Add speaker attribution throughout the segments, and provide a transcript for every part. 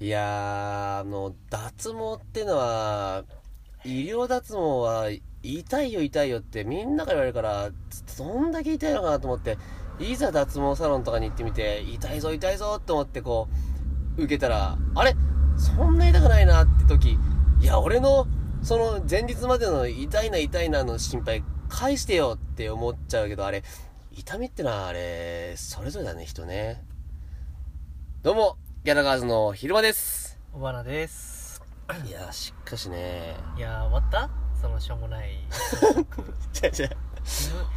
Speaker 1: いやーあの脱毛ってのは医療脱毛は痛いよ痛いよってみんなが言われるからどんだけ痛いのかなと思っていざ脱毛サロンとかに行ってみて痛いぞ痛いぞと思ってこう受けたらあれそんな痛くないなって時いや俺のその前日までの痛いな痛いなの心配返してよって思っちゃうけどあれ痛みってのはあれそれぞれだね人ねどうもギャラガーズの昼間です
Speaker 2: 小花です
Speaker 1: いやしかしね
Speaker 2: いやー終わったそのしょうもない
Speaker 1: じゃじゃ
Speaker 2: キム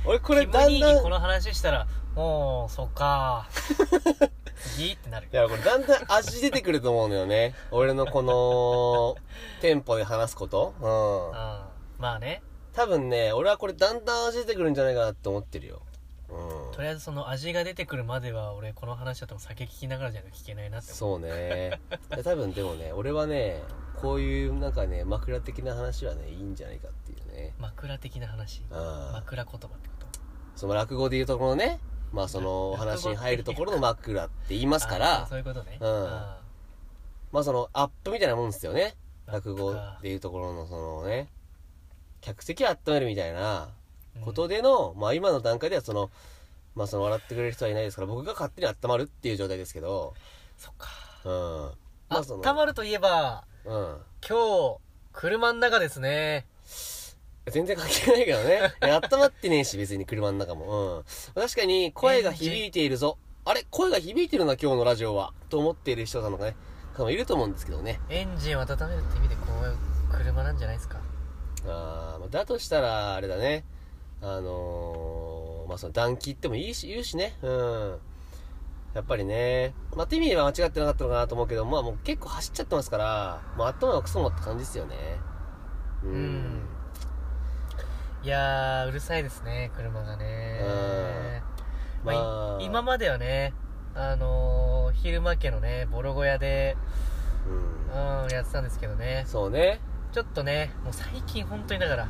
Speaker 1: 俺 これ
Speaker 2: キム
Speaker 1: だん
Speaker 2: 兄
Speaker 1: だん
Speaker 2: にこの話したらもうそっかー次ってなる
Speaker 1: いや、これだんだん味出てくると思うのよね。俺のこの、テンポで話すこと。
Speaker 2: うん
Speaker 1: うん。
Speaker 2: まあね
Speaker 1: 多分ね、俺はこれだんだん味出てくるんじゃないかなって思ってるよ。うん。
Speaker 2: とりあえずその味が出てくるまでは俺この話だとも酒聞きながらじゃないと聞けないなって思
Speaker 1: そうね。いや多分でもね、俺はね、こういうなんかね、枕的な話はね、いいんじゃないかっていうね。
Speaker 2: う枕的な話
Speaker 1: うん。
Speaker 2: 枕言葉ってこと
Speaker 1: その落語で言うところのね、まあそのお話に入るところの枕って言いますか
Speaker 2: あー
Speaker 1: ら
Speaker 2: そ、ういうことね
Speaker 1: うん
Speaker 2: あ
Speaker 1: まあそのアップみたいなもんですよね。
Speaker 2: ー
Speaker 1: 落語
Speaker 2: なん
Speaker 1: でいうところのそのね、客席を温めるみたいな
Speaker 2: とか
Speaker 1: ことでの、まあ今の段階ではその、まあその笑ってくれる人はいないですから、僕が勝手に温まるっていう状態ですけど、
Speaker 2: そっか
Speaker 1: うん。ま
Speaker 2: あ
Speaker 1: その
Speaker 2: たまるといえば
Speaker 1: うん。
Speaker 2: 今日車の中ですね
Speaker 1: 全然関係ないけどね。いや温まってねえし、別に車の中も。うん。確かに、声が響いているぞ。あれ声が響いてるな、今日のラジオは。と思っている人さんのね、多分いると思うんですけどね。
Speaker 2: エンジンを温めるって意味でこういう車なんじゃないですか
Speaker 1: あーまあだとしたらあれだねあのーまあその暖気ってもいいし言うしねうんやっぱりねまあって意味では間違ってなかったのかなと思うけどまあもう結構走っちゃってますからまあ頭がクソもって感じですよねうん
Speaker 2: うんいやーうるさいですね車がね
Speaker 1: ま
Speaker 2: ま
Speaker 1: あ
Speaker 2: あ、い今まではねあのー、昼間家のねボロ小屋でうん
Speaker 1: う
Speaker 2: やってたんですけどね
Speaker 1: んそうね
Speaker 2: ちょっとねもう最近本当にだから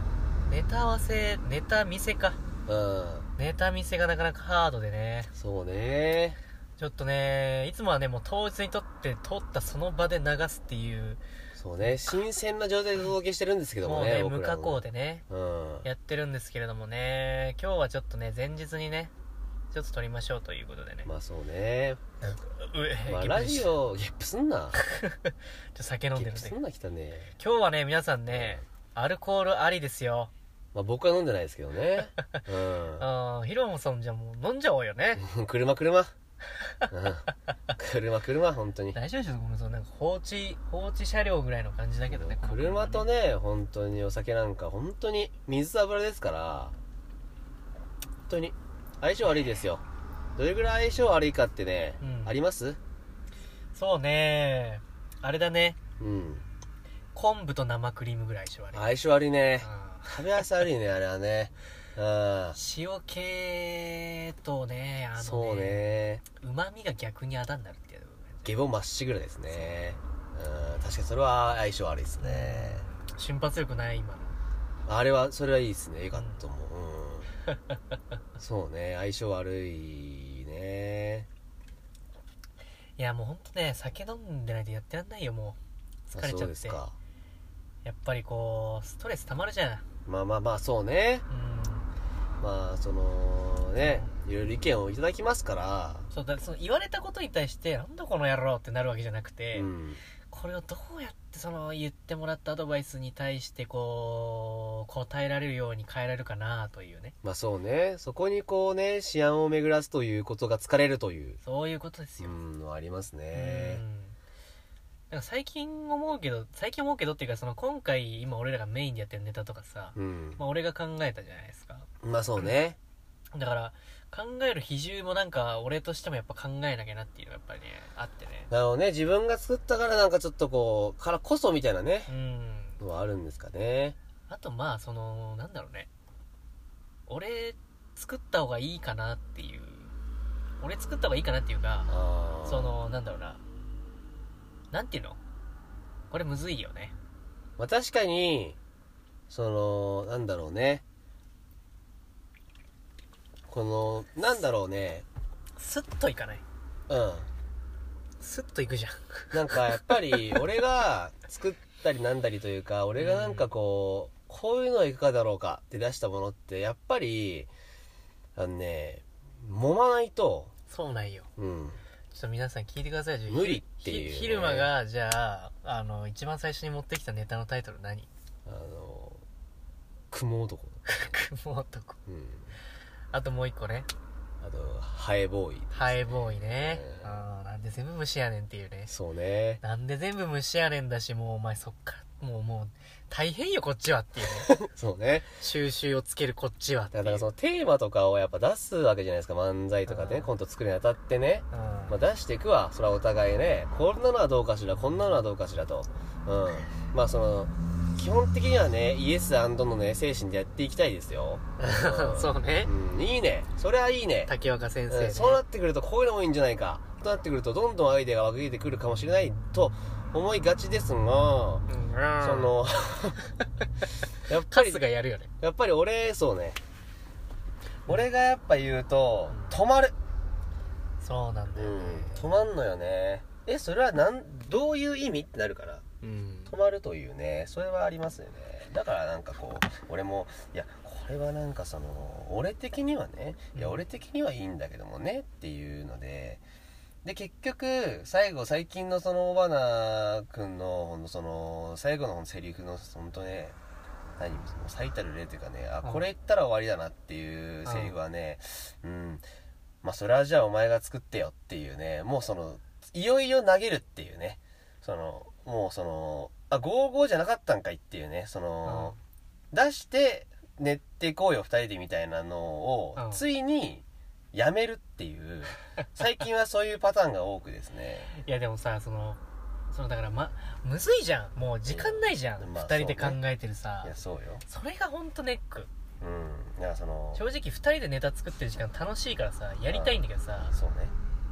Speaker 2: ネタ合わせネタ見せか
Speaker 1: うん
Speaker 2: ネタ見せがなかなかハードでね
Speaker 1: そうね
Speaker 2: ちょっとねいつもはねもう当日に撮って撮ったその場で流すっていう
Speaker 1: そうね新鮮な状態でお届けしてるんですけど
Speaker 2: も
Speaker 1: も
Speaker 2: う
Speaker 1: ね
Speaker 2: ね
Speaker 1: 僕
Speaker 2: 無
Speaker 1: ら
Speaker 2: 加
Speaker 1: も
Speaker 2: 工でね
Speaker 1: うん
Speaker 2: やってるんですけれどもね今日はちょっとね前日にねちょっと撮りましょうということでね、
Speaker 1: まあそうね
Speaker 2: うえ
Speaker 1: まあ
Speaker 2: ゲッ
Speaker 1: ラ
Speaker 2: プし
Speaker 1: ジ
Speaker 2: たちょ
Speaker 1: オゲップすんな
Speaker 2: っと酒飲ん
Speaker 1: ゲ
Speaker 2: で
Speaker 1: ップ
Speaker 2: るんで
Speaker 1: すんなきたね
Speaker 2: 今日はね皆さんねアルコールありですよ
Speaker 1: まあ僕は飲んでないですけどね。
Speaker 2: うんヒロもさんじゃもう飲んじゃおうよね
Speaker 1: うん。 車車。うん車車、本当に。
Speaker 2: 大丈夫でしょこのそのなんか放置放置車両ぐらいの感じだけどねこの
Speaker 1: 車と
Speaker 2: ね
Speaker 1: ね、本当にお酒なんか、本当に水と油ですから、本当に相性悪いですよ。どれぐらい相性悪いかってね、
Speaker 2: うん
Speaker 1: あります
Speaker 2: そうねあれだね
Speaker 1: うん。
Speaker 2: 昆布と生クリームぐらいでしょあれ、
Speaker 1: 相性悪いね。
Speaker 2: うん
Speaker 1: 食べ合わせ悪いね、あれはね。うん。
Speaker 2: 塩系とねあ
Speaker 1: そ
Speaker 2: の
Speaker 1: うね。
Speaker 2: うまみが逆にあだになるっていう
Speaker 1: 下ボまっしぐらですね。うん。確かにそれは相性悪いですね。
Speaker 2: 瞬発力ない今の
Speaker 1: あれはそれはいいですねよかったと思う、うん、そうね相性悪いね
Speaker 2: いやもうほんとね酒飲んでないとやってらんないよもう疲れ
Speaker 1: あ
Speaker 2: ち
Speaker 1: そ
Speaker 2: ゃ
Speaker 1: う
Speaker 2: っ
Speaker 1: です
Speaker 2: て
Speaker 1: か
Speaker 2: やっぱりこうストレスたまるじゃん
Speaker 1: まあまあまあそうね
Speaker 2: うん
Speaker 1: まあそのねいろいろ意見をいただきますから
Speaker 2: そうだその言われたことに対してなんだこの野郎ってなるわけじゃなくて、
Speaker 1: うん
Speaker 2: これをどうやってその言ってもらったアドバイスに対してこう答えられるように変えられるかなというね
Speaker 1: まあそうねそこにこうね思案を巡らすということが疲れるという
Speaker 2: そういうことです
Speaker 1: う
Speaker 2: よ、
Speaker 1: んのはあります
Speaker 2: うん
Speaker 1: ね
Speaker 2: なんか最近思うけど最近思うけどっていうかその今回今俺らがメインでやってるネタとかさ、
Speaker 1: うん
Speaker 2: まあ、俺が考えたじゃないですか
Speaker 1: まあそうね
Speaker 2: だから考える比重もなんか俺としてもやっぱ考えなきゃなっていうのがやっぱりねあってね
Speaker 1: なるほどね自分が作ったからなんかちょっとこうからこそみたいなね
Speaker 2: うん
Speaker 1: のはあるんですかね
Speaker 2: あとまあそのなんだろうね俺作った方がいいかなっていう俺作った方がいいかなっていうか
Speaker 1: ああ
Speaker 2: そのなんだろうななんていうのこれむずいよね
Speaker 1: まあ確かに、その、なんだろうね。この、なんだろうね。
Speaker 2: スッといかない
Speaker 1: うん。
Speaker 2: スッといくじゃん
Speaker 1: なんかやっぱり俺が作ったりなんだりというか俺がなんかこうこういうのはいかがだろうかって出したものってやっぱりあのね揉まないと、
Speaker 2: そうなんよ
Speaker 1: うん、
Speaker 2: ちょっと皆さん聞いてくださいじゃあ
Speaker 1: 無理っていうね
Speaker 2: ひ昼間がじゃああの一番最初に持ってきたネタのタイトル何
Speaker 1: あの雲男、
Speaker 2: 雲男
Speaker 1: うん、
Speaker 2: あともう一個ね
Speaker 1: あとハエボーイ
Speaker 2: ハエボーイね
Speaker 1: えー
Speaker 2: あーなんで全部虫やねんっていうね
Speaker 1: そうね
Speaker 2: なんで全部虫やねんだしもうお前そっからもうもう大変よこっちはっていうね
Speaker 1: そうね
Speaker 2: 収集をつけるこっちはってい
Speaker 1: だ
Speaker 2: う
Speaker 1: からそのテーマとかをやっぱ出すわけじゃないですか漫才とか
Speaker 2: う
Speaker 1: ね
Speaker 2: ん
Speaker 1: コント作るにあたってね、
Speaker 2: うん
Speaker 1: まあ、出していくわそれはお互いねこんなのはどうかしらこんなのはどうかしらとうんまあその基本的にはねイエスのね精神でやっていきたいです よ、うん
Speaker 2: そうね
Speaker 1: うん、いいねそれはいいね
Speaker 2: 竹若先生、
Speaker 1: う
Speaker 2: ね
Speaker 1: ん、そうなってくるとこういうのもいいんじゃないかとなってくるとどんどんアイデアが湧いてくるかもしれないと思いがちですが
Speaker 2: うん
Speaker 1: その やっぱ
Speaker 2: カ
Speaker 1: り
Speaker 2: スがやるよね
Speaker 1: やっぱり俺そうね俺がやっぱ言うと止まる
Speaker 2: そうなんだよね
Speaker 1: 止まんのよねえそれはなんどういう意味ってなるから
Speaker 2: うん
Speaker 1: 止まるというねそれはありますよねだからなんかこう俺もいやこれはなんかその俺的にはねいや
Speaker 2: うん
Speaker 1: 俺的にはいいんだけどもねっていうのでで結局最後最近のその尾花君のほんとその最後のセリフの本当ね何その最たる例というかねあ
Speaker 2: うん
Speaker 1: これ言ったら終わりだなっていうセリフはねうんまあそれはじゃあお前が作ってよっていうねもうそのいよいよ投げるっていうねそのもうそのあ55じゃなかったんかいっていうねその、出して寝っていこうよ2人でみたいなのを、
Speaker 2: うん
Speaker 1: ついにやめるっていう最近はそういうパターンが多くです ね
Speaker 2: いやでもさそのそのだからまむずいじゃんもう時間ないじゃん、
Speaker 1: うん
Speaker 2: 二
Speaker 1: まあ
Speaker 2: 2人で考
Speaker 1: そうね
Speaker 2: えてるさ
Speaker 1: いやそうよ
Speaker 2: それがほんとネック
Speaker 1: うんだからその
Speaker 2: 正直2人でネタ作ってる時間楽しいからさやりたいんだけどさ
Speaker 1: そうね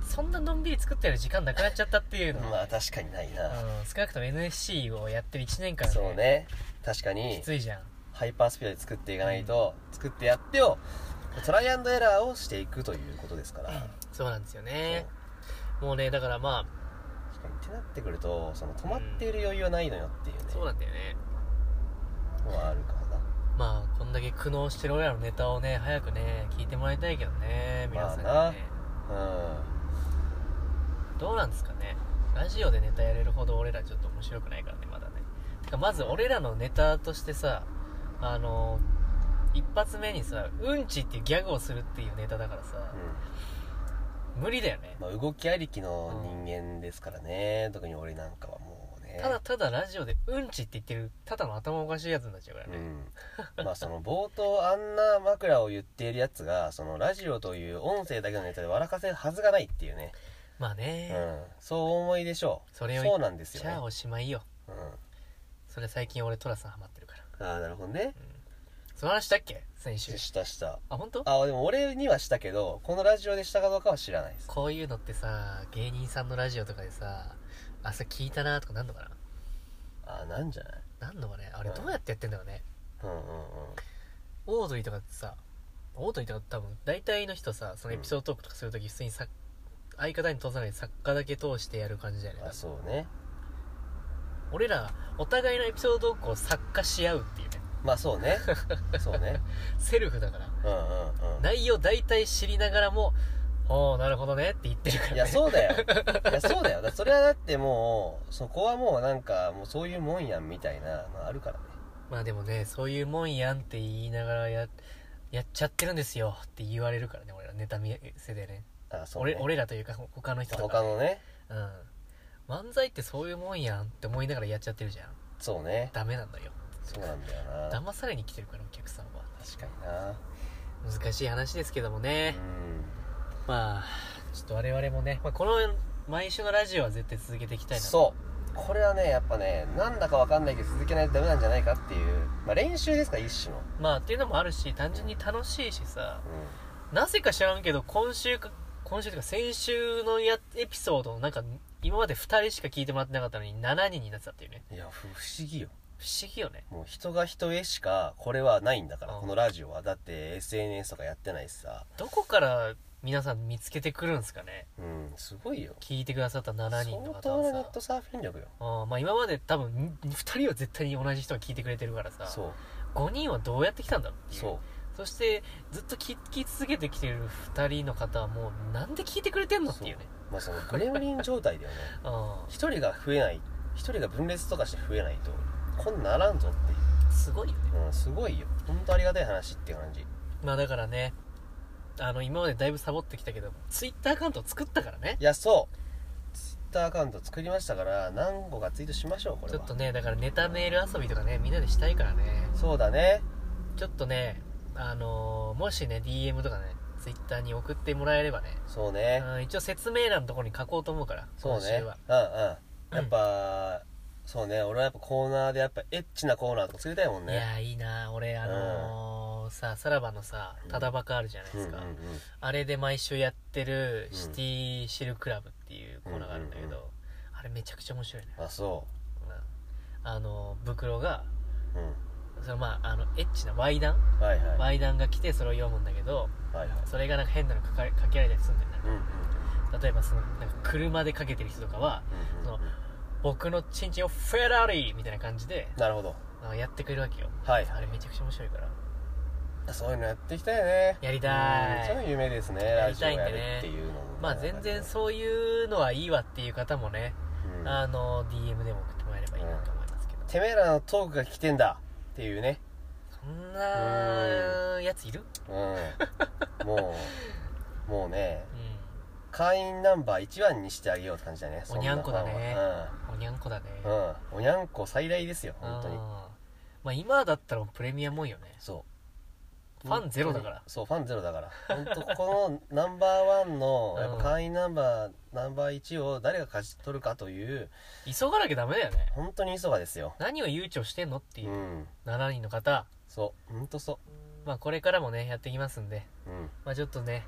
Speaker 2: そんなのんびり作ってる時間なくなっちゃったっていうのは
Speaker 1: まあ確かにないな、
Speaker 2: うん、少なくとも NSC をやってる1年間で
Speaker 1: そうね確か
Speaker 2: き
Speaker 1: に
Speaker 2: ついじゃん
Speaker 1: ハイパースピードで作っていかないと、作ってやってをトライアンドエラーをしていくということですから、
Speaker 2: そうなんですよ
Speaker 1: そう
Speaker 2: ねもうねだからまあ
Speaker 1: 確かにってなってくるとその止まっている余裕はないのよっていうね、
Speaker 2: そうなんだよね
Speaker 1: のはあるからな
Speaker 2: まあこんだけ苦悩してる俺らのネタをね早くね聞いてもらいたいけどね皆さんにね、
Speaker 1: まあな
Speaker 2: どうなんですかねラジオでネタやれるほど俺らちょっと面白くないからねまだねてかまず俺らのネタとしてさあの一発目にさ「うんち」っていうギャグをするっていうネタだからさ
Speaker 1: うん、うん
Speaker 2: 無理だよね
Speaker 1: まあ、動きありきの人間ですからね、特に俺なんかはもうね
Speaker 2: ただただラジオで「うんち」って言ってるただの頭おかしいやつになっちゃうから
Speaker 1: う
Speaker 2: ね、
Speaker 1: ん、まあその冒頭あんな枕を言っているやつがそのラジオという音声だけのネタで笑かせるはずがないっていうね、
Speaker 2: まあ
Speaker 1: う
Speaker 2: ね、
Speaker 1: ん、そうお思いでしょう
Speaker 2: それを
Speaker 1: そうなんですよ
Speaker 2: じゃあ
Speaker 1: ね、
Speaker 2: おしまいよ
Speaker 1: うん、
Speaker 2: それ最近俺トラさんハマってるから
Speaker 1: ああなるほどね
Speaker 2: その話したっけ先週
Speaker 1: したした
Speaker 2: あ本当
Speaker 1: あでも俺にはしたけどこのラジオでしたかどうかは知らないです
Speaker 2: こういうのってさ芸人さんのラジオとかでさ朝聞いたなとかなんのかな
Speaker 1: ああなんじゃない
Speaker 2: なんのかねあれどうやってやってんだろうね、
Speaker 1: うんうんうん
Speaker 2: オードリーとかってさオードリーとか多分大体の人さそのエピソードトークとかするとき普通にさ相方に通さないで作家だけ通してやる感じだよね
Speaker 1: あそうね
Speaker 2: 俺らお互いのエピソードトークを作家し合うっていうね
Speaker 1: まあそう ねそうね
Speaker 2: セルフだから
Speaker 1: うんうんうん
Speaker 2: 内容大体知りながらも「おおなるほどね」って言ってるから、ね、
Speaker 1: いや、そうだよ。いや、そうだよ。だそれはだってもう、そこはもうなんか、もうそういうもんやんみたいなのあるからね。
Speaker 2: まあでもねそういうもんやんって言いながらややっちゃってるんですよって言われるからね俺らネタ見せでね
Speaker 1: あ、そう、ね。
Speaker 2: 俺俺らというか他の人と
Speaker 1: 他
Speaker 2: か、
Speaker 1: のね。
Speaker 2: うん、漫才ってそういうもんやんって思いながらやっちゃってるじゃん
Speaker 1: そうね。
Speaker 2: ダメなんだよ
Speaker 1: そうなんだよな。
Speaker 2: 騙されに来てるからお客さんは
Speaker 1: 確かにな。
Speaker 2: 難しい話ですけども
Speaker 1: う
Speaker 2: ね、
Speaker 1: ん。
Speaker 2: まあちょっと我々もね、まあ、この毎週のラジオは絶対続けていきたいなう
Speaker 1: そう。これはね、やっぱね、なんだかわかんないけど続けないとダメなんじゃないかっていう。まあ練習ですから、一種の。
Speaker 2: まあっていうのもあるし単純に楽しいしさ
Speaker 1: うん。
Speaker 2: なぜか知らんけど今週か今週というか先週のやエピソードなんか今まで2人しか聞いてもらってなかったのに7人になってたっていうね
Speaker 1: いや、ふ不思議よ。
Speaker 2: 不思議よね
Speaker 1: もう人が人へしか、これはないんだから、
Speaker 2: うん
Speaker 1: このラジオは。だって SNS とかやってないしさ。
Speaker 2: どこから皆さん見つけてくるんですかね
Speaker 1: うんすごいよ
Speaker 2: 聞いてくださった7人の
Speaker 1: 相
Speaker 2: 方
Speaker 1: 当
Speaker 2: は
Speaker 1: なネッ
Speaker 2: さ
Speaker 1: トサーフィン力よ
Speaker 2: うんまあ今まで多分2人は絶対に同じ人が聞いてくれてるからさ
Speaker 1: そう
Speaker 2: 5人はどうやって来たんだろうっていう
Speaker 1: そう
Speaker 2: そしてずっと聞き続けてきてる2人の方はもうなんで聞いてくれてんのっていうね
Speaker 1: まあそのグレムリン状態 だよね
Speaker 2: う
Speaker 1: 一人が増えない一人が分裂とかして増えないとこんならんぞってい
Speaker 2: んすごいよね
Speaker 1: う、うん、すごいよ本当ありがたい話っていう感じ
Speaker 2: まあだからねあの今までだいぶサボってきたけどツイッターアカウントを作ったからね
Speaker 1: いやそうツイッターアカウント作りましたから何個かツイートしましょうこれ
Speaker 2: ちょ
Speaker 1: は
Speaker 2: っとねだからネタメール遊びとかねみんなでしたいからね
Speaker 1: そうだね
Speaker 2: ちょっとねあのーもしね DM とかねツイッターに送ってもらえればね、
Speaker 1: そうね
Speaker 2: うん一応説明欄のところに書こうと思うから
Speaker 1: そう
Speaker 2: 今
Speaker 1: ねう
Speaker 2: 週
Speaker 1: んうん
Speaker 2: は
Speaker 1: やっぱ、そうね俺はやっぱコーナーでやっぱエッチなコーナーとか作りたいもん
Speaker 2: いや
Speaker 1: ね
Speaker 2: ーいいな俺あのーささらばのさただバカあるじゃないですか、
Speaker 1: うんうんうん
Speaker 2: あれで毎週やってる
Speaker 1: うん
Speaker 2: シティシルクラブっていうコーナーがあるんだけど、
Speaker 1: うんうんう
Speaker 2: あれめちゃくちゃ面白いね、
Speaker 1: あそ
Speaker 2: うんあの袋が
Speaker 1: ううん
Speaker 2: そのまああのエッチな Y 談
Speaker 1: はいはいはい
Speaker 2: Y 談が来てそれを読むんだけど
Speaker 1: はい
Speaker 2: それがなんか変なのかかかけられたりするんだよね
Speaker 1: うんうん
Speaker 2: 例えばそのなんか車でかけてる人とかは
Speaker 1: うんうん
Speaker 2: その僕のチンチンをフェラーリーみたいな感じで
Speaker 1: なるほど
Speaker 2: あのやってくれるわけよ
Speaker 1: はい
Speaker 2: あれめちゃくちゃ面白いから
Speaker 1: そういうのやっていきたいよね
Speaker 2: やりたい
Speaker 1: うんそういうの夢ですね
Speaker 2: や
Speaker 1: ラ
Speaker 2: り
Speaker 1: ジ
Speaker 2: た
Speaker 1: オ
Speaker 2: いんで
Speaker 1: や
Speaker 2: ね
Speaker 1: るっていうのもね
Speaker 2: まあ全然そういうのはいいわっていう方もね、
Speaker 1: うん
Speaker 2: あの DM でも送ってもらえればいいなと思いますけど、
Speaker 1: てめえらのトークが来てんだっていうね
Speaker 2: そんなやついる
Speaker 1: うんも うもうね
Speaker 2: う
Speaker 1: 会員ナンバー1番にしてあげようって感じだね
Speaker 2: おにゃんこだね
Speaker 1: そなファンは
Speaker 2: んおにゃんこだね
Speaker 1: うん、うん、おにゃんこ最大ですよ本当に
Speaker 2: あーまあ今だったらプレミアムもんよね
Speaker 1: そう
Speaker 2: ファンゼロだから
Speaker 1: 本当にそうファンゼロだから本当このナンバーワンの
Speaker 2: うん
Speaker 1: やっぱ会員ナンバーナンバー1を誰が勝ち取るかという
Speaker 2: 急がなきゃダメだよね
Speaker 1: 本当に急がですよ
Speaker 2: 何を悠長してんのって
Speaker 1: う
Speaker 2: いうん7人の方
Speaker 1: そう本当そ
Speaker 2: まあこれからもねやっていきますんで
Speaker 1: ううん
Speaker 2: まあちょっとね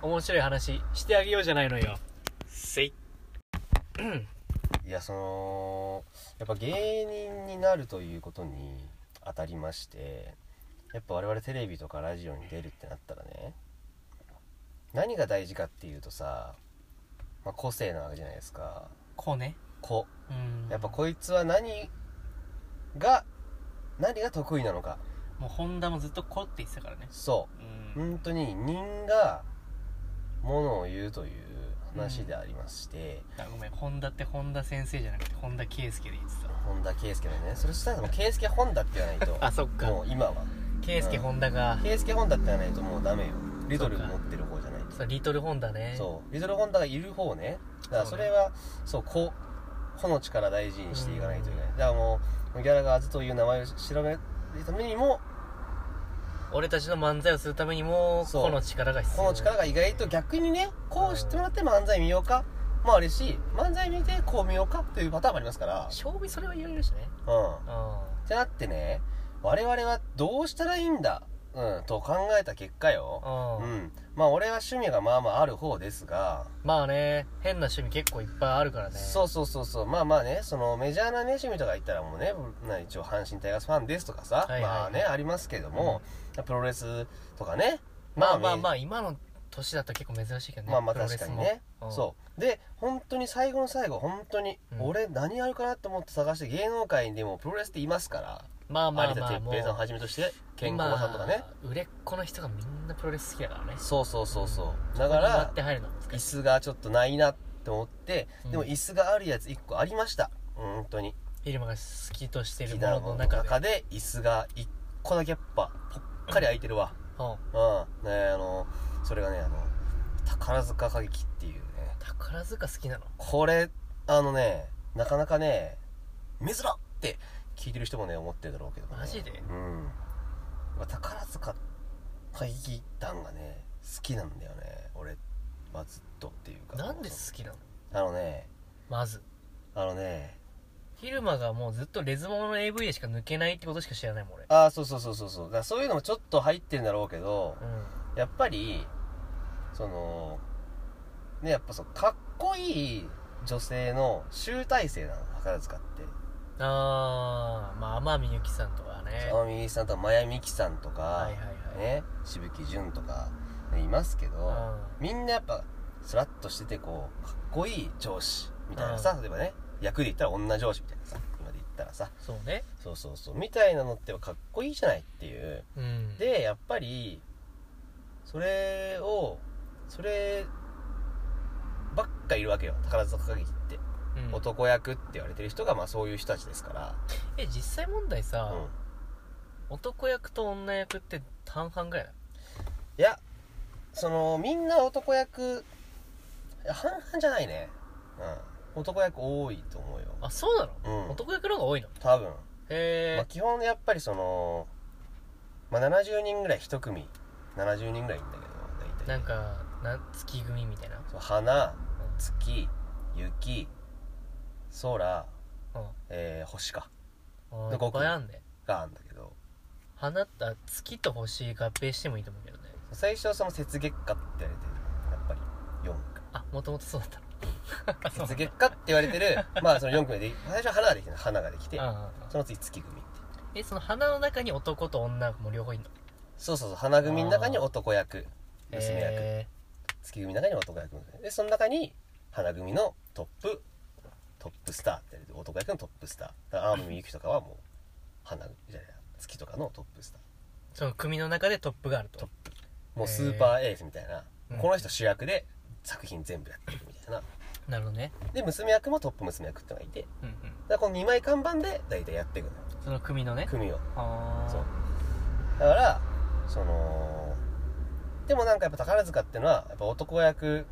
Speaker 2: 面白い話してあげようじゃないのよせい
Speaker 1: いやそのやっぱ芸人になるということに当たりましてやっぱ我々テレビとかラジオに出るってなったらね何が大事かっていうとさ、まあ、個性なわけじゃないですか
Speaker 2: こうね
Speaker 1: 個
Speaker 2: うん
Speaker 1: やっぱこいつは何が何が得意なのか
Speaker 2: もう本田もずっとこうって言ってたからね
Speaker 1: そう
Speaker 2: うん
Speaker 1: 本当に人がものを言うという話でありまして、
Speaker 2: あごめん本田って本田先生じゃなくて本田圭佑で言って
Speaker 1: 本田圭佑のねそれしたらもう圭佑本田って言わないと
Speaker 2: た あそっ
Speaker 1: もう今は
Speaker 2: 圭佑本田が、
Speaker 1: 圭佑本田って言わないともうダメよリトル持ってる方じゃないと
Speaker 2: そうリトル本田ね
Speaker 1: そうリトル本田がいる方ねだから
Speaker 2: そ
Speaker 1: そう
Speaker 2: ね
Speaker 1: れはそう,、こう個の力大事にしていかないといけないだからもうギャラガーズという名前を調べるためにも
Speaker 2: 俺たちの漫才をするためにも
Speaker 1: そう
Speaker 2: 個の力が必要
Speaker 1: この力が意外と逆にねこう知ってもらって漫才見ようかもあるし漫才見てこう見ようかというパターンもありますから
Speaker 2: 勝負それは言われるしね
Speaker 1: うん
Speaker 2: うん
Speaker 1: ってなってね我々はどうしたらいいんだ、うん、と考えた結果よ、う
Speaker 2: うん
Speaker 1: ん、まあ俺は趣味がまあまあある方ですが、
Speaker 2: まあね変な趣味結構いっぱいあるからね
Speaker 1: そうそうそうそうまあまあねそのメジャーな、ね、趣味とか言ったらもうねな一応阪神タイガースファンですとかさ、
Speaker 2: はいはい
Speaker 1: まあねありますけども、プロレスとかね
Speaker 2: まあまあま
Speaker 1: あ
Speaker 2: あ今の年だったら結構珍しいけどね
Speaker 1: まあまあ
Speaker 2: プロレ
Speaker 1: 確
Speaker 2: ス
Speaker 1: か
Speaker 2: も
Speaker 1: にね、
Speaker 2: うん
Speaker 1: そうで本当に最後の最後本当に
Speaker 2: うん
Speaker 1: 俺何やるかなと思って探して芸能界にでもプロレスっていますから、
Speaker 2: まあまあ
Speaker 1: 有田
Speaker 2: まあ
Speaker 1: 哲
Speaker 2: もう
Speaker 1: 平さんをはじめとして健康さんとかね、
Speaker 2: まあ売れっ子の人がみんなプロレス好きだからね
Speaker 1: そうそうそうそうだか
Speaker 2: だっ
Speaker 1: ら
Speaker 2: て入るの難しい
Speaker 1: 椅子がちょっとないなって思って、
Speaker 2: うん
Speaker 1: でも椅子があるやつ1個ありました本当に
Speaker 2: フィルムが好きとしてる
Speaker 1: 木
Speaker 2: もの
Speaker 1: 棚
Speaker 2: の
Speaker 1: の
Speaker 2: 中で
Speaker 1: 中で椅子が1個だけやっぱぽっかり空いてるわ
Speaker 2: うん
Speaker 1: うんねあのそれがねあの宝塚歌劇っていうね
Speaker 2: 宝塚好きなの
Speaker 1: これあのねなかなかね珍って聞いてる人もね思ってるだろうけど、ね、
Speaker 2: マジで
Speaker 1: うんまあ宝塚歌劇団がね好きなんだよね俺はずっとっていうか
Speaker 2: なんで好きなの
Speaker 1: あのね
Speaker 2: まず
Speaker 1: あのね
Speaker 2: フィルマがもうずっとレズモノの AV でしか抜けないってことしか知らないもん俺
Speaker 1: ああそうそうそうそうそうだからそういうのもちょっと入ってるんだろうけど
Speaker 2: うん
Speaker 1: やっぱりそのねやっぱそうかっこいい女性の集大成なの宝塚って
Speaker 2: あーまあ天海祐希さんとかね
Speaker 1: 天海祐希さんとか真矢美樹さんとか、
Speaker 2: はいはいはい
Speaker 1: ね、紫吹淳とかねいますけ
Speaker 2: う
Speaker 1: ど、
Speaker 2: ん
Speaker 1: みんなやっぱ、スラッとしてて、こう、かっこいい上司みたいなさ、例えばね、役で言ったら女上司みたいなさ、今で言ったらさ、
Speaker 2: そうね
Speaker 1: そうそうそう、みたいなのってかっこいいじゃないっていう。
Speaker 2: うん
Speaker 1: で、やっぱり、それを、それ、ばっかいるわけよ。宝塚歌劇って。
Speaker 2: うん
Speaker 1: 男役って言われてる人が、まあそういう人たちですから。
Speaker 2: え実際問題さ、
Speaker 1: うん
Speaker 2: 男役と女役って半々ぐらいない
Speaker 1: やそのみんな男役いや半々じゃないねうん男役多いと思うよ
Speaker 2: のあそうなの、
Speaker 1: うん
Speaker 2: 男役の方が多いの
Speaker 1: 多分、まあ、
Speaker 2: へ
Speaker 1: 基本やっぱりその、まあ、70人ぐらい一組70人ぐらいいんだけど
Speaker 2: え
Speaker 1: 大体
Speaker 2: なんかなん月組みたいな
Speaker 1: そう花月雪空、
Speaker 2: うん
Speaker 1: えー星か
Speaker 2: うんあ
Speaker 1: で
Speaker 2: ーいっぱいあんね
Speaker 1: があるんだけど
Speaker 2: 花った月と星合併してもいいと思うけどね
Speaker 1: 最初はその雪月花って言われてるやっぱり4組
Speaker 2: あもともとそうだったのあ そう
Speaker 1: 雪
Speaker 2: なんだ
Speaker 1: 月花って言われてるまあその4組で最初は花ができて花ができて
Speaker 2: うんうんうん
Speaker 1: その次月組って
Speaker 2: えその花の中に男と女も両方いんの
Speaker 1: そうそうそう花組の中に男役娘役、
Speaker 2: へ
Speaker 1: 月組の中に男役娘でその中に花組のトップトップスターってやる男役のトップスターだから天海祐希とかはもう花組じゃない月とかのトップスター
Speaker 2: ーその組の中でトップがあると
Speaker 1: トッもうスーパーエースみたいな、
Speaker 2: うん
Speaker 1: この人主役で作品全部やってるみたいな
Speaker 2: なるほどね
Speaker 1: で娘役もトップ娘役ってのがいてだか
Speaker 2: うんうん
Speaker 1: らこの2枚看板で大体やっていくのよ
Speaker 2: その組のね
Speaker 1: 組を
Speaker 2: ああ
Speaker 1: そうだからそのでもなんかやっぱ宝塚ってのはやっぱ男役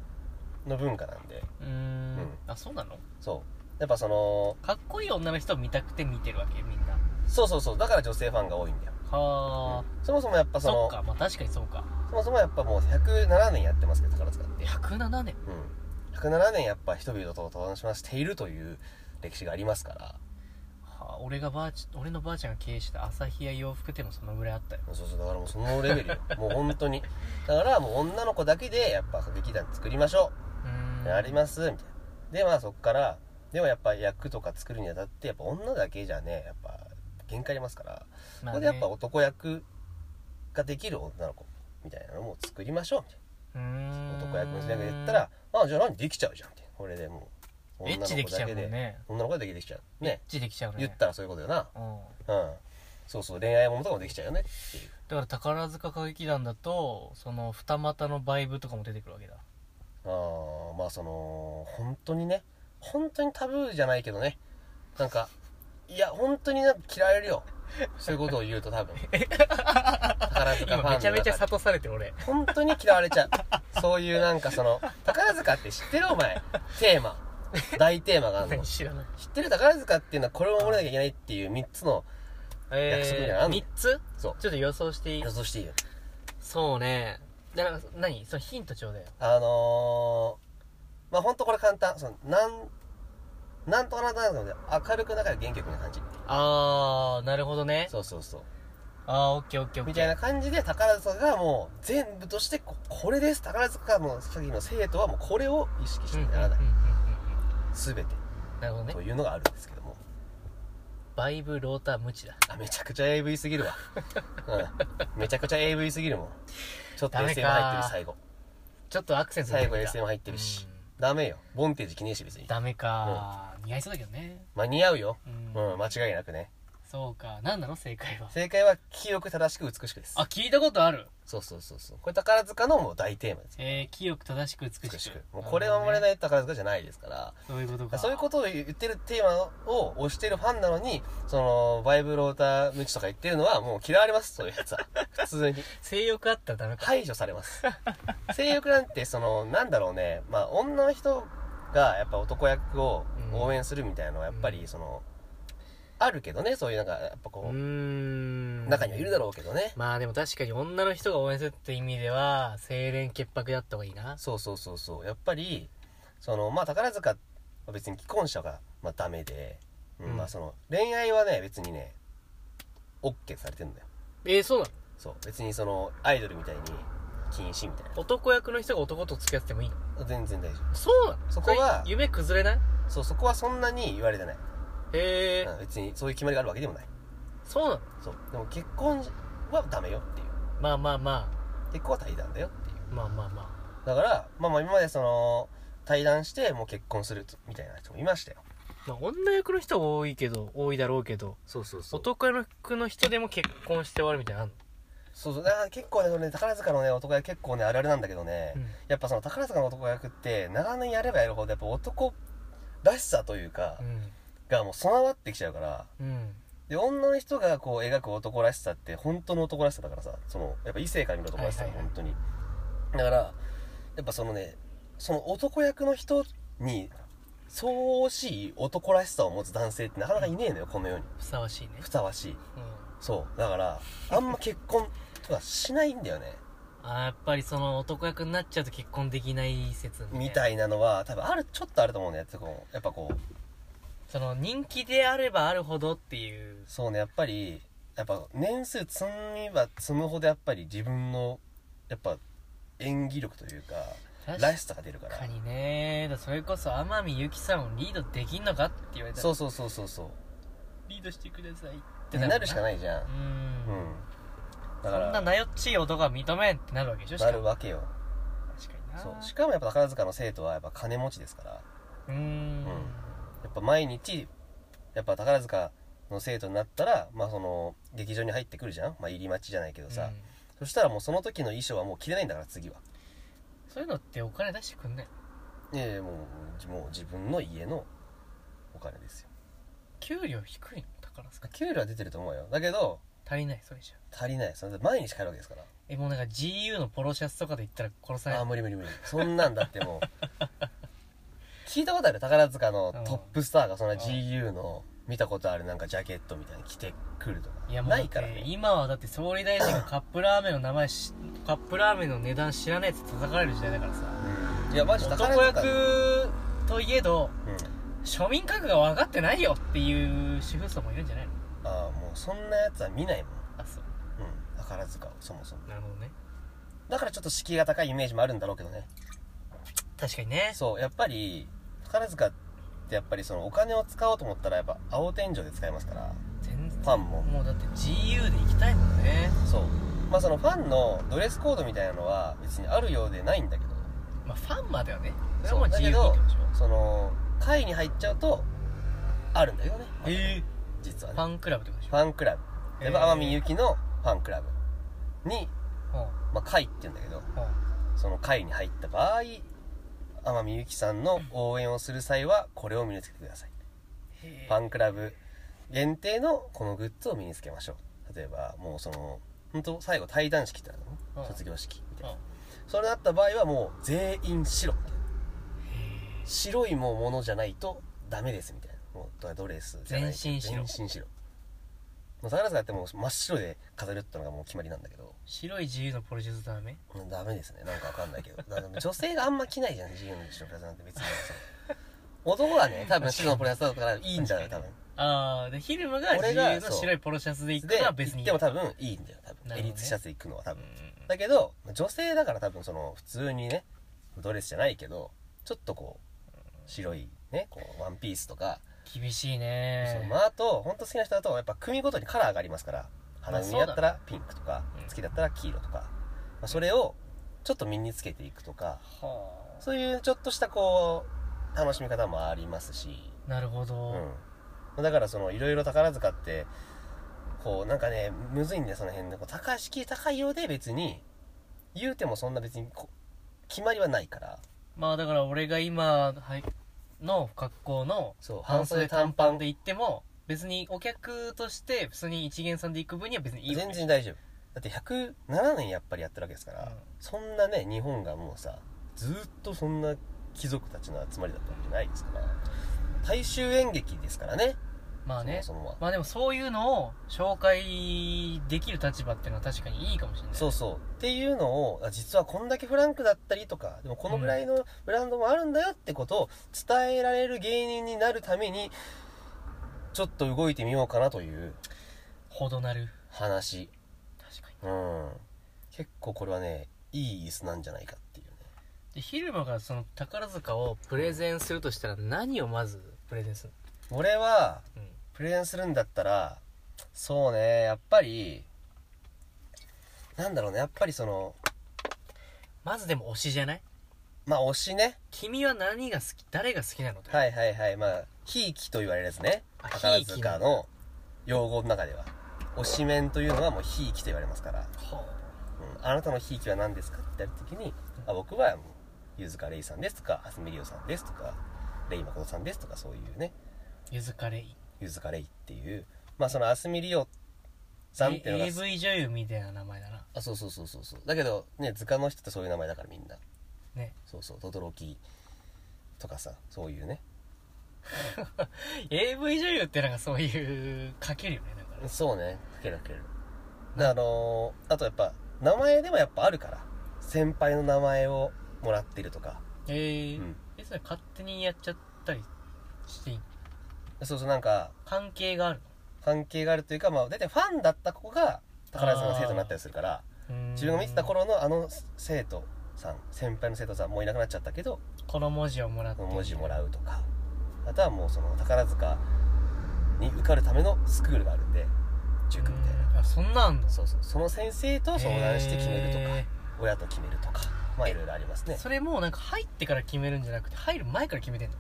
Speaker 1: の文化なんで
Speaker 2: うーん
Speaker 1: うん
Speaker 2: あそうなの
Speaker 1: そうやっぱその
Speaker 2: かっこいい女の人を見たくて見てるわけみんな
Speaker 1: そうそうそうだから女性ファンが多いんだよ
Speaker 2: はあ、
Speaker 1: そもそもやっぱそ
Speaker 2: そ
Speaker 1: の
Speaker 2: っかまあ確かにそうか
Speaker 1: そもそもやっぱもう107年やってますけど宝塚って
Speaker 2: 107年
Speaker 1: うん107年やっぱ人々と楽しませているという歴史がありますから
Speaker 2: はあ俺がばあち俺のばあちゃんが経営した朝日屋洋服店もそのぐらいあったよ
Speaker 1: そうそうだからもうそのレベルよもう本当にだからもう女の子だけでやっぱ劇団作りましょう
Speaker 2: うーん
Speaker 1: やりますみたいなでまあそっからでもやっぱ役とか作るにあたってやっぱ女だけじゃねやっぱ限界ありますから、
Speaker 2: ま
Speaker 1: ここ
Speaker 2: あね
Speaker 1: でやっぱ男役ができる女の子みたいなのも作りましょうみ
Speaker 2: うー
Speaker 1: たい
Speaker 2: ん
Speaker 1: な男役の娘が言ったら「あじゃあ何できちゃうじゃん」ってこれでもう
Speaker 2: エッチできちゃうもんね
Speaker 1: 女の子だけでできちゃう
Speaker 2: エッ
Speaker 1: ね
Speaker 2: チできちゃうね
Speaker 1: 言ったらそういうことよな
Speaker 2: うん
Speaker 1: うんそうそう恋愛ものとかもできちゃうよねっていう
Speaker 2: だから宝塚歌劇団だとその二股のバイブとかも出てくるわけだ
Speaker 1: あーまあその本当にね本当にタブーじゃないけどねなんかいや本当になんか嫌われるよそういうことを言うと多分 宝塚ファンの中
Speaker 2: 今めちゃめちゃ
Speaker 1: で
Speaker 2: 諭されて俺
Speaker 1: 本当に嫌われちゃうそういうなんかその宝塚って知ってるお前テーマ大テーマがあるの
Speaker 2: 何知らない
Speaker 1: 知ってる宝塚っていうのはこれを守らなきゃいけないっていう3つの約束みたいなのあんの
Speaker 2: 3つ
Speaker 1: そう
Speaker 2: ちょっと予想していい
Speaker 1: 予想していいよ
Speaker 2: そうねだから何そのヒントちょうだよ
Speaker 1: あのー、まあ本当これ簡単そのなんなんとかなんとかなんとかで明るく仲良く元気よくな感じ
Speaker 2: あーなるほどね
Speaker 1: そうそうそう
Speaker 2: あーオッケーオッケーオッケー
Speaker 1: みたいな感じで宝塚がもう全部としてここれです宝塚の先の生徒はもうこれを意識してならない
Speaker 2: うんうんうん
Speaker 1: 全て
Speaker 2: うんなるほどね
Speaker 1: というのがあるんですけども
Speaker 2: バイブローター無知だ
Speaker 1: あめちゃくちゃ AV すぎる わ、うん、めちゃくちゃ AV すぎるもんちょっと
Speaker 2: ダメか
Speaker 1: SM 入ってるし最後
Speaker 2: ちょっとアクセント
Speaker 1: 最後
Speaker 2: 出てきた
Speaker 1: SM 入ってるし
Speaker 2: うん
Speaker 1: ダメよボンテージ記念誌別に
Speaker 2: ダメか似合いそうだけどね
Speaker 1: 間に合うよ
Speaker 2: うん
Speaker 1: うん間違いなくね
Speaker 2: そうか何なの正解 は
Speaker 1: 正解は清く正しく美しくです
Speaker 2: あ聞いたことある
Speaker 1: そうそうそうそうこれ宝塚のもう大テーマです
Speaker 2: えー、清く正しく美しく
Speaker 1: 美しくもうこれは守れないいと宝塚じゃないですから
Speaker 2: そういうことか
Speaker 1: そういうことを言ってるテーマを推してるファンなのに、その、バイブローター無知とか言ってるのはもう嫌われます、そういうやつ は。普通に。
Speaker 2: 性欲あったらダメか
Speaker 1: 排除されます。性欲なんて、その、なんだろうね、まあ、女の人がやっぱ男役を応援するみたいなのはやっぱ
Speaker 2: う
Speaker 1: り、その、あるけどね、そういうなんか、やっぱ
Speaker 2: うー
Speaker 1: こう、
Speaker 2: ん
Speaker 1: 中にはいるだろうけどね。
Speaker 2: まあでも確かに女の人が応援するって意味では清廉潔白だった方がいいな
Speaker 1: そうそうそうそう。やっぱり、その、まあ、宝塚は別に既婚者が、まあ、ダメで、うん
Speaker 2: うん
Speaker 1: まあ、その、恋愛はね、別にね、OK されてるんだよ。
Speaker 2: えー、そうなの
Speaker 1: そう別にそのアイドルみたいに禁止みたい
Speaker 2: 男役の人が男と付き合ってもいいの
Speaker 1: な全然大丈
Speaker 2: そうなの
Speaker 1: そこは
Speaker 2: れ夢崩れない
Speaker 1: 夫そうそこはそんなに言われてない、
Speaker 2: へえ、
Speaker 1: うん別にそういう決まりがあるわけでもない
Speaker 2: そうなの
Speaker 1: そうでも結婚はダメよっていう
Speaker 2: まあまあま
Speaker 1: 結婚は対談だよっていう
Speaker 2: まあまあま
Speaker 1: だから、まあまあ今までその、対談してもう結婚するみたいな人もいましたよ。
Speaker 2: あ、まあ、女役の人多いけど多いだろうけど
Speaker 1: そうそうそう。
Speaker 2: 男役の人でも結婚して終わるみたいなの
Speaker 1: そうそう。だから結構ね、そのね宝塚のね、男役結構ね、あるあるなんだけどね、
Speaker 2: あんの、
Speaker 1: やっぱその宝塚の男役って、長年やればやるほど、やっぱ男らしさというか、がもう備わってきちゃうから、
Speaker 2: うんうん
Speaker 1: で、女の人がこう描く男らしさって、本当の男らしさだからさ、その、やっぱ異性から見る男らしさ、
Speaker 2: はいはいはい
Speaker 1: 本当に。だから、やっぱそのね、その男役の人に、相応しい男らしさを持つ男性ってなかなかいねえのよ、この世に。
Speaker 2: ふさわしいね、
Speaker 1: ふさわしい。
Speaker 2: うん、
Speaker 1: そう。だから、あんま結婚とかしないんだよね。
Speaker 2: あーやっぱりその男役になっちゃうと結婚できない説ね
Speaker 1: みたいなのは、多分ある、ちょっとあると思うんだよ。こうやっぱこう、
Speaker 2: その人気であればあるほどっていう
Speaker 1: そうねやっぱりやっぱ年数積めば積むほどやっぱり自分のやっぱ演技力というからしさが出るから
Speaker 2: 確かにねだそれこそ天海祐希さんをリードできんのかって言われたら
Speaker 1: そうそうそうそうそう
Speaker 2: リードしてくださいっ
Speaker 1: って
Speaker 2: て
Speaker 1: なるしか
Speaker 2: い
Speaker 1: ないじゃん
Speaker 2: う
Speaker 1: うん
Speaker 2: ん、
Speaker 1: だか
Speaker 2: そんな
Speaker 1: ら
Speaker 2: なよっちい男は認めんってなるわけでしょしか
Speaker 1: な
Speaker 2: も
Speaker 1: るわけよ
Speaker 2: 確かにな
Speaker 1: そうしかもやっぱ宝塚の生徒はやっぱ金持ちですから
Speaker 2: うーん
Speaker 1: うんやっぱ毎日やっぱ宝塚の生徒になったらまあその劇場に入ってくるじゃんまあ入り待ちじゃないけどさ、
Speaker 2: うん
Speaker 1: そしたらもうその時の衣装はもう着れないんだから次は
Speaker 2: そういうのってお金出してくんない
Speaker 1: いやいやもうじもう自分の家のお金ですよ
Speaker 2: 給料低いの宝塚
Speaker 1: 給料は出てると思うよだけど
Speaker 2: 足りないそれじゃ
Speaker 1: 足りないそれ毎日買えるわけですから
Speaker 2: えもうなんか GU のポロシャツとかで言ったら殺され
Speaker 1: あ
Speaker 2: る
Speaker 1: あ無理無理無理そんなんだってもう 聞いたことある宝塚のトップスターがそんな GU の見たことあるなんかジャケットみたいに着てくるとか
Speaker 2: いやもうだ
Speaker 1: な
Speaker 2: って
Speaker 1: いからね
Speaker 2: 今はだって総理大臣がカップラーメンの名前しカップラーメンの値段知らないやつ叩かれる時代だからさ
Speaker 1: うんいやマジ宝
Speaker 2: 男
Speaker 1: 塚
Speaker 2: 役といえど
Speaker 1: うん
Speaker 2: 庶民格が分かってないよっていう主婦層もいるんじゃないの
Speaker 1: ああもうそんなやつは見ないもん
Speaker 2: あそう
Speaker 1: うん宝塚をそもそも
Speaker 2: なるほどね
Speaker 1: だからちょっと敷居が高いイメージもあるんだろうけどね
Speaker 2: 確かにね
Speaker 1: そうやっぱり宝塚ってやっぱりそのお金を使おうと思ったらやっぱ青天井で使えますから
Speaker 2: 全然
Speaker 1: ファンも
Speaker 2: もうだって GU で行きたいもんね
Speaker 1: そうまあそのファンのドレスコードみたいなのは別にあるようでないんだけど
Speaker 2: まあファンまではねそれは
Speaker 1: そ
Speaker 2: もう
Speaker 1: うだ
Speaker 2: GU で
Speaker 1: け
Speaker 2: 行
Speaker 1: ど
Speaker 2: くでしょ
Speaker 1: その会に入っちゃうとあるんだけどね、まあ
Speaker 2: え
Speaker 1: 実は
Speaker 2: ファ
Speaker 1: ね
Speaker 2: ンクラブってことでし
Speaker 1: フ
Speaker 2: ょ
Speaker 1: ァンクラブやっぱ天海祐希のファンクラブに、
Speaker 2: ほう
Speaker 1: まあ、会って言うんだけど
Speaker 2: ほう
Speaker 1: その会に入った場合天海祐希さんの応援をする際はこれを身につけてください
Speaker 2: へ
Speaker 1: フ
Speaker 2: え
Speaker 1: ァンクラブ限定のこのグッズを身につけましょう例えばもうその本当最後退団式ってある
Speaker 2: う
Speaker 1: の
Speaker 2: ん
Speaker 1: 卒業式みたいな
Speaker 2: あ
Speaker 1: それだった場合はもう全員白みたいな
Speaker 2: へえ
Speaker 1: 白いもうものじゃないとダメですみたいなもうドレスじゃないけど
Speaker 2: 全身白
Speaker 1: 全身白もう桜塚ってもう真っ白で飾るってのがもう決まりなんだけど
Speaker 2: 白い GU のポロシャツダメ
Speaker 1: うんダメですねなんかわかんないけどだから女性があんま着ないじゃん自由の白プラザなんて別にそう男はね多分白のプラザだからいいんだよ多分
Speaker 2: ああでヒルムが
Speaker 1: 俺
Speaker 2: 自
Speaker 1: が
Speaker 2: 由の白いポロシャツで行く
Speaker 1: で
Speaker 2: のは別
Speaker 1: 行
Speaker 2: に
Speaker 1: っ
Speaker 2: いい
Speaker 1: ても多分いいんだよ多分、
Speaker 2: なる
Speaker 1: エ
Speaker 2: ほどね
Speaker 1: リートシャツ行くのは多分
Speaker 2: うん
Speaker 1: だけど女性だから多分その普通にねドレスじゃないけどちょっとこう白いねこうワンピースとか、
Speaker 2: 厳しい
Speaker 1: その
Speaker 2: ね
Speaker 1: まああと本当好きな人だとやっぱ組ごとにカラーがありますから花組だったらピンクとか、
Speaker 2: うん
Speaker 1: 好きだったら黄色とか、まあ、それをちょっと身につけていくとか
Speaker 2: は
Speaker 1: そういうちょっとしたこう楽しみ方もありますし
Speaker 2: あなるほど、
Speaker 1: うん、だからそのいろいろ宝塚ってこうなんかねむずいんだよその辺でこう高い敷居高いようで別に言うてもそんな別にこ決まりはないから
Speaker 2: まあだから俺が今はいの格好の
Speaker 1: そう
Speaker 2: 半
Speaker 1: 半袖
Speaker 2: 袖
Speaker 1: 短
Speaker 2: 短
Speaker 1: パ
Speaker 2: パ
Speaker 1: ン
Speaker 2: ンで行っても別にお客として普通に一元さんで行く分には別にいいわけ
Speaker 1: 全然大丈夫だって107年やっぱりやってるわけですから、
Speaker 2: うん
Speaker 1: そんなね日本がもうさずーっとそんな貴族たちの集まりだったわけないですから大衆演劇ですからね
Speaker 2: まあね
Speaker 1: そもそもは
Speaker 2: まあでもそういうのを紹介できる立場っていうのは確かにいいかもしれない
Speaker 1: そうそうっていうのをあ実はこんだけフランクだったりとかでもこのぐらいのブランドもあるんだよってことを伝えられる芸人になるためにちょっと動いてみようかなという
Speaker 2: ほどなる
Speaker 1: 話
Speaker 2: 確かに
Speaker 1: うん結構これはねいい椅子なんじゃないかっていうね
Speaker 2: で昼間がその宝塚をプレゼンするとしたら何をまずプレゼンする
Speaker 1: 俺は
Speaker 2: の、うん
Speaker 1: プレゼンするんだったらそうねやっぱりなんだろうねやっぱりその
Speaker 2: まずでも推しじゃない
Speaker 1: まあ推しね
Speaker 2: 君は何が好き誰が好きなのと
Speaker 1: はいはいはいまあひいきと言われるやつね
Speaker 2: あ
Speaker 1: 宝
Speaker 2: ひいきな
Speaker 1: 塚
Speaker 2: んだ
Speaker 1: の用語の中では推しメンというのはもうひいきと言われますから、
Speaker 2: ほ
Speaker 1: うん、あなたのひいきは何ですかって言った時にあ僕はもうゆずかれいさんですとか蓮見りおさんですとかレイマコトさんですとかそういうね
Speaker 2: うゆずかれい
Speaker 1: ゆずかれいっていうまあその蓮見りおさんっていうのが
Speaker 2: AV 女優みたいな名前だな
Speaker 1: あそうそうそうそうそうだけどね図鑑の人ってそういう名前だからみんな
Speaker 2: ね
Speaker 1: そうそう轟とかさそういうね
Speaker 2: AV 女優ってなんかそういう書けるよねなんかね
Speaker 1: そうねかけるかけるであのーあとやっぱ名前でもやっぱあるから先輩の名前をもらってるとか
Speaker 2: ええ
Speaker 1: うん
Speaker 2: えそれ勝手にやっちゃったりしていい
Speaker 1: そうそうなんか
Speaker 2: 関係がある
Speaker 1: 関係があるというかまあ大体ファンだった子が宝塚の生徒になったりするから
Speaker 2: のうーん
Speaker 1: 自分が見てた頃のあの生徒さん先輩の生徒さんもういなくなっちゃったけど
Speaker 2: この文字をもらって
Speaker 1: 文字もらうとかあとはもうその宝塚に受かるためのスクールがあるんで塾みたいな
Speaker 2: うんあそんなんあんの
Speaker 1: そうそうその先生と相談して決めるとか、
Speaker 2: へ
Speaker 1: 親と決めるとかまあ
Speaker 2: え
Speaker 1: いろいろあります
Speaker 2: ー
Speaker 1: ね
Speaker 2: それもうなんか入ってから決めるんじゃなくて入る前から決めてんの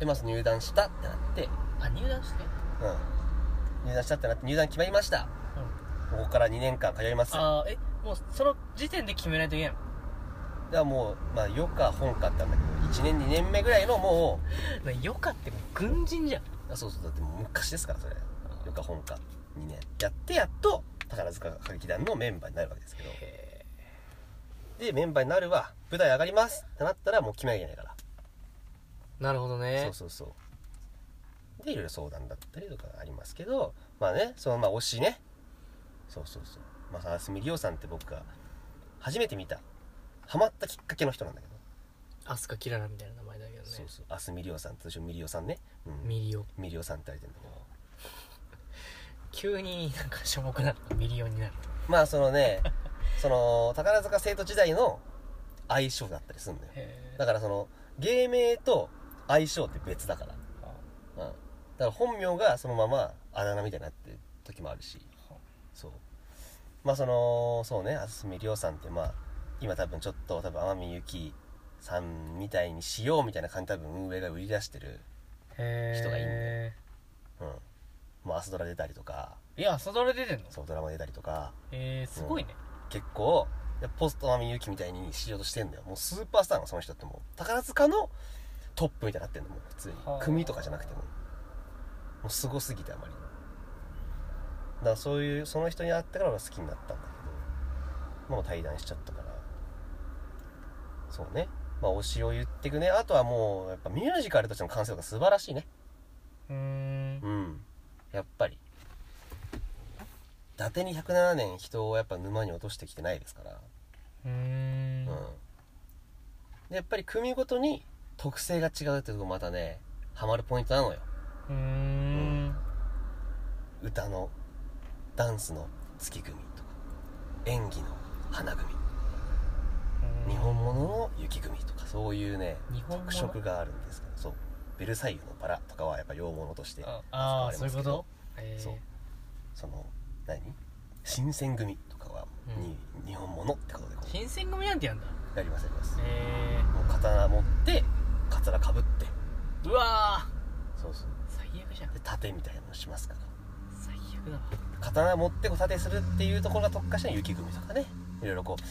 Speaker 1: でまず入団したってなって、
Speaker 2: あ入団して
Speaker 1: うん、入団したってなって入団決まりましたここから2年間通います
Speaker 2: あーえもうその時点で決めないといけない
Speaker 1: ではもうまあ余か本かってあんだけど1年2年目ぐらいのもう
Speaker 2: のよかってもう軍人じゃん
Speaker 1: あそうそうだってもう昔ですからそれ余か本か2年やってやっと宝塚歌劇団のメンバーになるわけですけど
Speaker 2: へ
Speaker 1: でメンバーになるわ舞台上がりますってなったらもう決めなきゃいけないか
Speaker 2: ーなるほど
Speaker 1: ら、
Speaker 2: ね
Speaker 1: そうそうそうでいろいろ相談だったりとかありますけどまあねそのまあ推しねそうそうそうまあ蓮見理央さんって僕が初めて見たハマったきっかけの人なんだけど、
Speaker 2: アスカキララみたいな名前だけどね
Speaker 1: そうそう蓮見理央さん通称ミリオさんね、うん、
Speaker 2: ミリオ
Speaker 1: ミリオさんって言われてんだけど
Speaker 2: 急になんかしょぼくなるミリオになる
Speaker 1: まあその ねその宝塚生徒時代の相性だったりするんだよ
Speaker 2: へ
Speaker 1: だからその芸名と相性って別だからうん、だから本名がそのままあだ名みたいになってる時もあるしそうまあそのそうね蓮見亮さんってまあ今多分ちょっと多分天海祐希さんみたいにしようみたいな感じで多分運営が売り出してる
Speaker 2: へ
Speaker 1: 人がいいんだ
Speaker 2: ね
Speaker 1: うんもう朝ドラ出たりとか
Speaker 2: いや朝ドラ出てんの
Speaker 1: そうドラマ出たりとか
Speaker 2: えー、すごいね、
Speaker 1: 結構いやポスト天海祐希みたいにしようとしてんだよもうスーパースターのその人ってもう宝塚のトップみたいになってんのもう普通に
Speaker 2: はあ
Speaker 1: 組とかじゃなくてももうすごすぎてあまりだからそういうその人に会ってから俺は好きになったんだけどもう対談しちゃったからそうねまあ推しを言ってくねあとはもうやっぱミュージカルとしての完成度が素晴らしいね
Speaker 2: うーん
Speaker 1: うんやっぱり伊達に107年人をやっぱ沼に落としてきてないですから
Speaker 2: うー
Speaker 1: う
Speaker 2: ん
Speaker 1: んでやっぱり組ごとに特性が違うってとこまたねハマるポイントなのよ
Speaker 2: うーん
Speaker 1: 歌のダンスの月組とか演技の花組日本物の雪組とかそういうね
Speaker 2: 日本物
Speaker 1: 特色があるんですけどそう「ベルサイユのバラ」とかはやっぱ洋物として
Speaker 2: ああーそういうことえー、
Speaker 1: そうその何新選組とかはに、日本物ってことでこ
Speaker 2: 新選組なんてやんだ
Speaker 1: うやりますやります
Speaker 2: え
Speaker 1: もう刀持ってカツラかぶって
Speaker 2: ー、うわ
Speaker 1: そうそう
Speaker 2: ー最悪じゃん
Speaker 1: で盾みたいなのしますから
Speaker 2: 最悪だわ
Speaker 1: 刀持ってこう盾するっていうところが特化した雪組とかねいろいろこう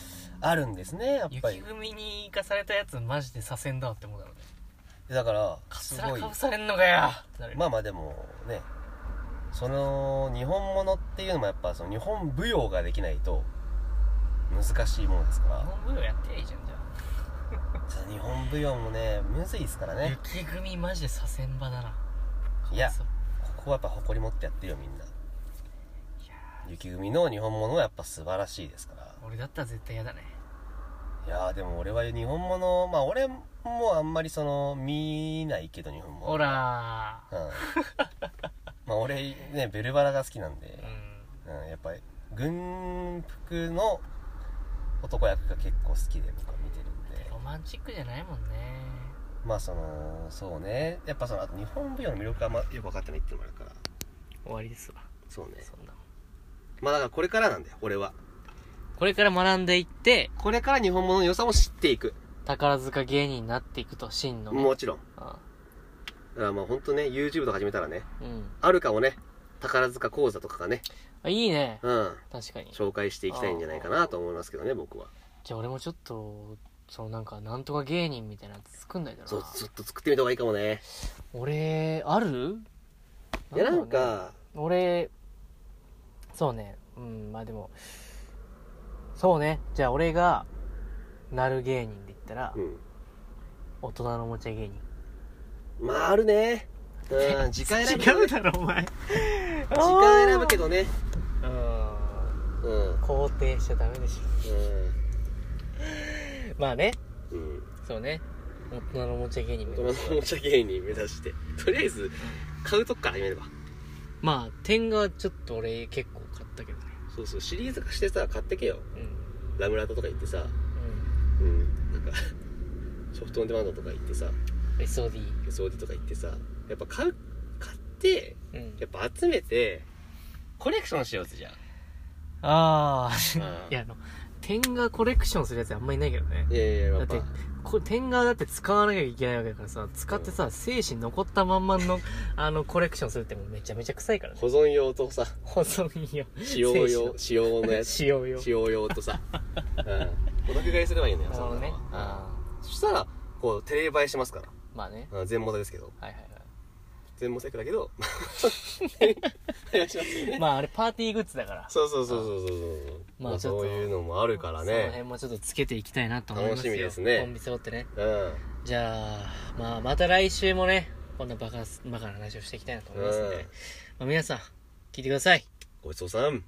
Speaker 1: あるんですねやっぱ
Speaker 2: 雪
Speaker 1: り
Speaker 2: 組に行かされたやつマジで左遷だわって思うだろうね
Speaker 1: だから
Speaker 2: か
Speaker 1: す
Speaker 2: つら
Speaker 1: ごい
Speaker 2: かぶされんのかよってなるよ
Speaker 1: まあまあでもねその日本ものっていうのもやっぱその日本舞踊ができないと難しいものですか
Speaker 2: 日
Speaker 1: ら
Speaker 2: 本舞踊やってりゃいいじゃんじゃ
Speaker 1: ちょっと日本舞踊もねむずいですから
Speaker 2: あ、
Speaker 1: ね
Speaker 2: 雪組マジで左遷場だないい
Speaker 1: や
Speaker 2: そう
Speaker 1: ここはやっぱ誇り持ってやってるよみんない
Speaker 2: や
Speaker 1: 雪組の日本ものはやっぱ素晴らしいですから
Speaker 2: ー俺だったら絶対嫌だね
Speaker 1: いやーでも俺は日本ものまあ俺もあんまりその見ないけど日本もの
Speaker 2: ほら
Speaker 1: うんまあ俺ねベルバラが好きなんで
Speaker 2: ーう、ん
Speaker 1: うん、やっぱり軍服の男役が結構好きで僕は見てるんで
Speaker 2: ロマンチックじゃないもんね
Speaker 1: まあそのそうねやっぱそのあと日本舞踊の魅力があんまよく分かってないっていうのもあるから
Speaker 2: 終わりですわ
Speaker 1: そうね
Speaker 2: そんなもん
Speaker 1: まあだからこれからなんだよ俺は
Speaker 2: これから学んでいって、
Speaker 1: これから日本物の良さも知っていく。
Speaker 2: 宝塚芸人になっていくと、真のね。
Speaker 1: もちろん。
Speaker 2: あ
Speaker 1: だからまあ本当ね、YouTube とか始めたらね、
Speaker 2: うん
Speaker 1: あるかもね、宝塚講座とかがね、
Speaker 2: あ。いいね。
Speaker 1: うん、
Speaker 2: 確かに。
Speaker 1: 紹介していきたいんじゃないかなと思いますけどね、僕は。
Speaker 2: じゃあ俺もちょっと、そのなんか、なんとか芸人みたいなやつ作んないだろ
Speaker 1: そう
Speaker 2: な、。
Speaker 1: ちょっと作ってみた方がいいかもね。
Speaker 2: 俺、ある
Speaker 1: いや、
Speaker 2: だ
Speaker 1: な
Speaker 2: ろうんね、
Speaker 1: か、
Speaker 2: 俺、そうね。うん、まあでも、そうね。じゃあ俺が、なる芸人で言ったら、
Speaker 1: うん。
Speaker 2: 大人のおもちゃ芸人。
Speaker 1: まあ、あるね。うん、時間 選ぶけど
Speaker 2: 違
Speaker 1: ね。
Speaker 2: うだろ、お前。
Speaker 1: 時間選ぶけどね。
Speaker 2: ど。うん。
Speaker 1: うん。うん。
Speaker 2: 肯定しちゃダメでしょ。まあね。
Speaker 1: うん。
Speaker 2: そうね。大人のおもちゃ芸人
Speaker 1: 大
Speaker 2: 目
Speaker 1: 人の
Speaker 2: 指す
Speaker 1: おもちゃ芸人目指して。とりあえず、買うとこから始めれば。
Speaker 2: まあ、点がちょっと俺結構買ったけどね。
Speaker 1: そうそう、シリーズ化してさ、買ってけよ。
Speaker 2: うん。
Speaker 1: ラムラタとか行ってさ、うん。なんか、 ソフトオンデマンドとか行ってさ、
Speaker 2: うん。SOD。
Speaker 1: SOD とか行ってさ、やっぱ買う、買って、
Speaker 2: うん。
Speaker 1: やっぱ集めて、コレクションしようぜ、じゃ
Speaker 2: あ
Speaker 1: あ。
Speaker 2: あ。いや、あの、点がコレクションするやつあんまいないけどね
Speaker 1: うん。。いやいや、やっぱ
Speaker 2: だっ。こ点がだって使わなきゃいけないわけだからさ、使ってさ、精神残ったまんまの、あの、コレクションするってもうめちゃめちゃ臭いからね。
Speaker 1: 保存用とさ、
Speaker 2: 保存用。
Speaker 1: 使用用、使用のやつ。
Speaker 2: 使用用。
Speaker 1: 使用用と さ、うん、お宅買いすればいいのよ
Speaker 2: なるほどね。
Speaker 1: そんなのは
Speaker 2: あ
Speaker 1: うんそしたらこうテレビ映えしますから
Speaker 2: ーまあね。
Speaker 1: うん全モダですけど
Speaker 2: はいはいは
Speaker 1: 全モダだけ ど 映えしますよね
Speaker 2: い。まああれパーティーグッズだから。
Speaker 1: そうそうそうそうそうそう
Speaker 2: まあ
Speaker 1: まあ
Speaker 2: ちょっと
Speaker 1: そういうのもあるから
Speaker 2: その辺
Speaker 1: ね
Speaker 2: もちょっとつけていきたいなと思いますよ
Speaker 1: 楽しみですね
Speaker 2: コンビ背負ってね
Speaker 1: うん
Speaker 2: じゃあ、まあ、また来週もねこんなバカすバカな話をしていきたいなと思いますんで、
Speaker 1: うん
Speaker 2: まあ、皆さん聞いてください
Speaker 1: ごちそうさん